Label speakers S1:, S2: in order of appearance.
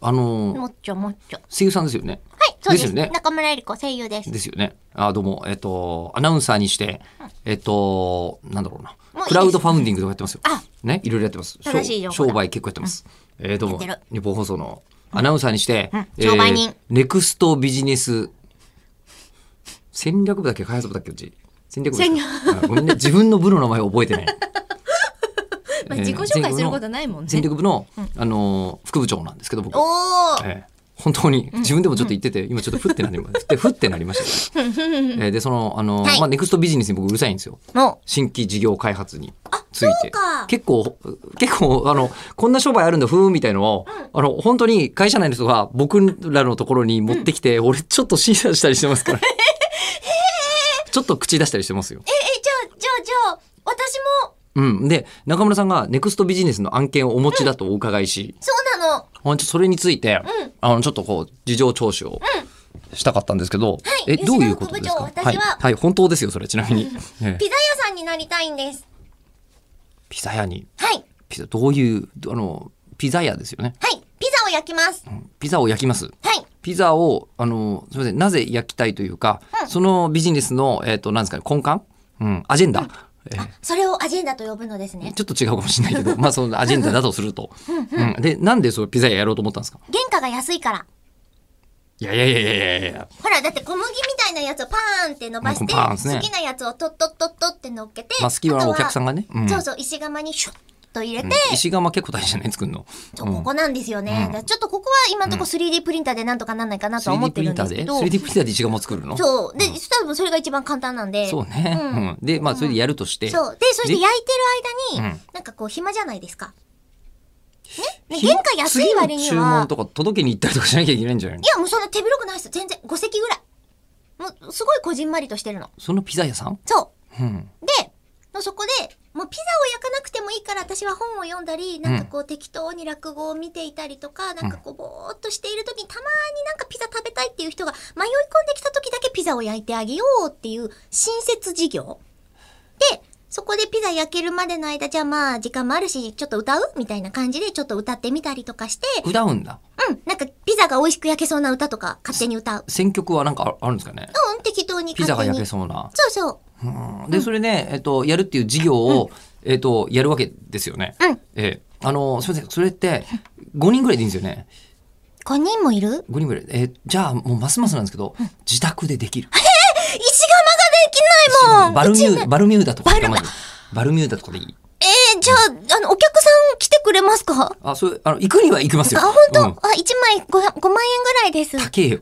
S1: あ
S2: も
S1: の
S2: っちょもっちょ。
S1: 声優さんですよね
S2: はい、そうです。
S1: ですよね
S2: 中村えり子声優です。
S1: ですよねあどうもえっとアナウンサーにしてえっとなんだろうな
S2: もういいです
S1: クラウドファウンディングとかやってますよ
S2: あ
S1: ねいろいろやってますしょ
S2: 正しい情報
S1: 商
S2: だ
S1: 売結構やってます、えーどうも
S2: やってる
S1: 日本放送のアナウンサーにして、
S2: ん商売人
S1: ネクストビジネス戦略部だっけ開発部だっけうち戦略部ですかあごめんね自分の部の名前を覚え てない
S3: まあ、
S1: えー
S3: 自己紹介することないもん
S1: 戦
S3: ね。
S1: 力部の、あのー副部長なんですけど僕、
S2: お ー、
S1: ええ本当に自分でもちょっと言ってて、今ちょっとふってなりましたふってなりましたね、ええでそのあのー、
S2: はい
S1: まあ、ネクストビジネスに僕うるさいんですよ
S2: も
S1: 新規事業開発につい
S2: そ
S1: て
S2: うか
S1: 結構結構あのこんな商売あるんだふーんみたいのを、あの本当に会社内の人が僕らのところに持ってきて、俺ちょっと審査したりしてます からちょっと口出したりしてますよ
S2: う。え、え、じゃあ、じゃあ、じゃあ、私も、
S1: うん、で中村さんがネクストビジネスの案件をお持ちだとお伺いし、
S2: そうなの。
S1: あちょそれについて、
S2: うん
S1: あのちょっとこう事情聴取をしたかったんですけど、え
S2: 吉
S1: どういうことですか、
S2: 田副部長私はい
S1: はい、本当ですよそれちなみに、 ええ
S2: ピザ屋さんになりたいんです。
S1: ピザ屋に
S2: はい、
S1: ピザどういうあのピザ屋ですよね
S2: はい、ピザを焼きます。は
S1: ピザを焼きます
S2: い、
S1: ピザをあのすみませんなぜ焼きたいというか、そのビジネスのえっ、となんですかね根幹、うん、アジェンダ、ええ
S2: それをアジェンダと呼ぶのですね。
S1: ちょっと違うかもしれない けど、まあそのアジェンダだとすると。うん、で、なんでそのピザ屋やろうと思ったんですか
S2: 原価が安いから。
S1: いやいやいやいやいやいや。
S2: ほら、だって小麦みたいなやつをパーンって伸ばして、
S1: まあパーンですね
S2: 好きなやつをトットットットって乗っけて、
S1: まあ好きなお客さん
S2: が、
S1: がね。うん
S2: そうそう、石窯にシュッと入れて、
S1: 石窯結構大事じゃない作るの。
S2: そうここなんですよね。
S1: うん
S2: だからちょっとここは今のところ 3D プリンターでなんとかなんないかなとは思
S1: 3D
S2: って
S1: プ
S2: る
S1: リ
S2: ん
S1: ン
S2: で
S1: ター
S2: すけ
S1: で
S2: ど。
S1: 3D プリンターで石窯作るの
S2: そう。で、多分それが一番簡単なんで。
S1: そうね、
S2: う
S1: うんんでまあそれでやるとして、
S2: そう。で、そして
S1: で
S2: 焼いてる間に、
S1: うん
S2: なんかこう暇じゃないですか。ね
S1: ひも
S2: 原価安い割には
S1: 次の注文とか届けに行ったりとかしなきゃいけないんじゃないの
S2: いや、もうそんな手広くないです。全然5席ぐらい。もう、すごいこじんまりとしてるの。
S1: そのピザ屋さん、
S2: そ
S1: うん、
S2: う。で、もうそこで、もうピザを焼かなくてもいいから私は本を読んだり、なんかこう適当に落語を見ていたりとか、なんかこうぼーっとしている時にたまになんかピザ食べたいっていう人が迷い込んできた時だけピザを焼いてあげようっていう新設事業。で、そこでピザ焼けるまでの間、じゃあまあ時間もあるし、ちょっと歌うみたいな感じでちょっと歌ってみたりとかして、
S1: 歌うんだ
S2: うん、なんかピザが美味しく焼けそうな歌とか勝手に歌う。
S1: 選曲はなんかああるんですかね
S2: うん、適当に
S1: ピザ
S2: 勝
S1: が
S2: 手
S1: 焼け
S2: に。
S1: そうな、
S2: そうそう。
S1: うん、でそれで、えっと、やるっていう事業を、えっと、やるわけですよね、
S2: うん
S1: ええあのすみませんそれって5人ぐらいでいいんですよね
S2: 5人もいる
S1: 5人ぐらいえじゃあもうますますなんですけど、自宅でできる
S2: 石窯ができないもん
S1: バルミュ
S2: うち
S1: ー
S2: ね
S1: バルミューダとか
S2: バル
S1: まずバルミューダとかでいい
S2: えー、じゃあ、あの、お客さん来てくれますかあ、
S1: あ、そう、あの、行くには行きますよ。
S2: 本当、
S1: うん
S2: あ、1枚 5, 5万円ぐらいです。
S1: 高えよ。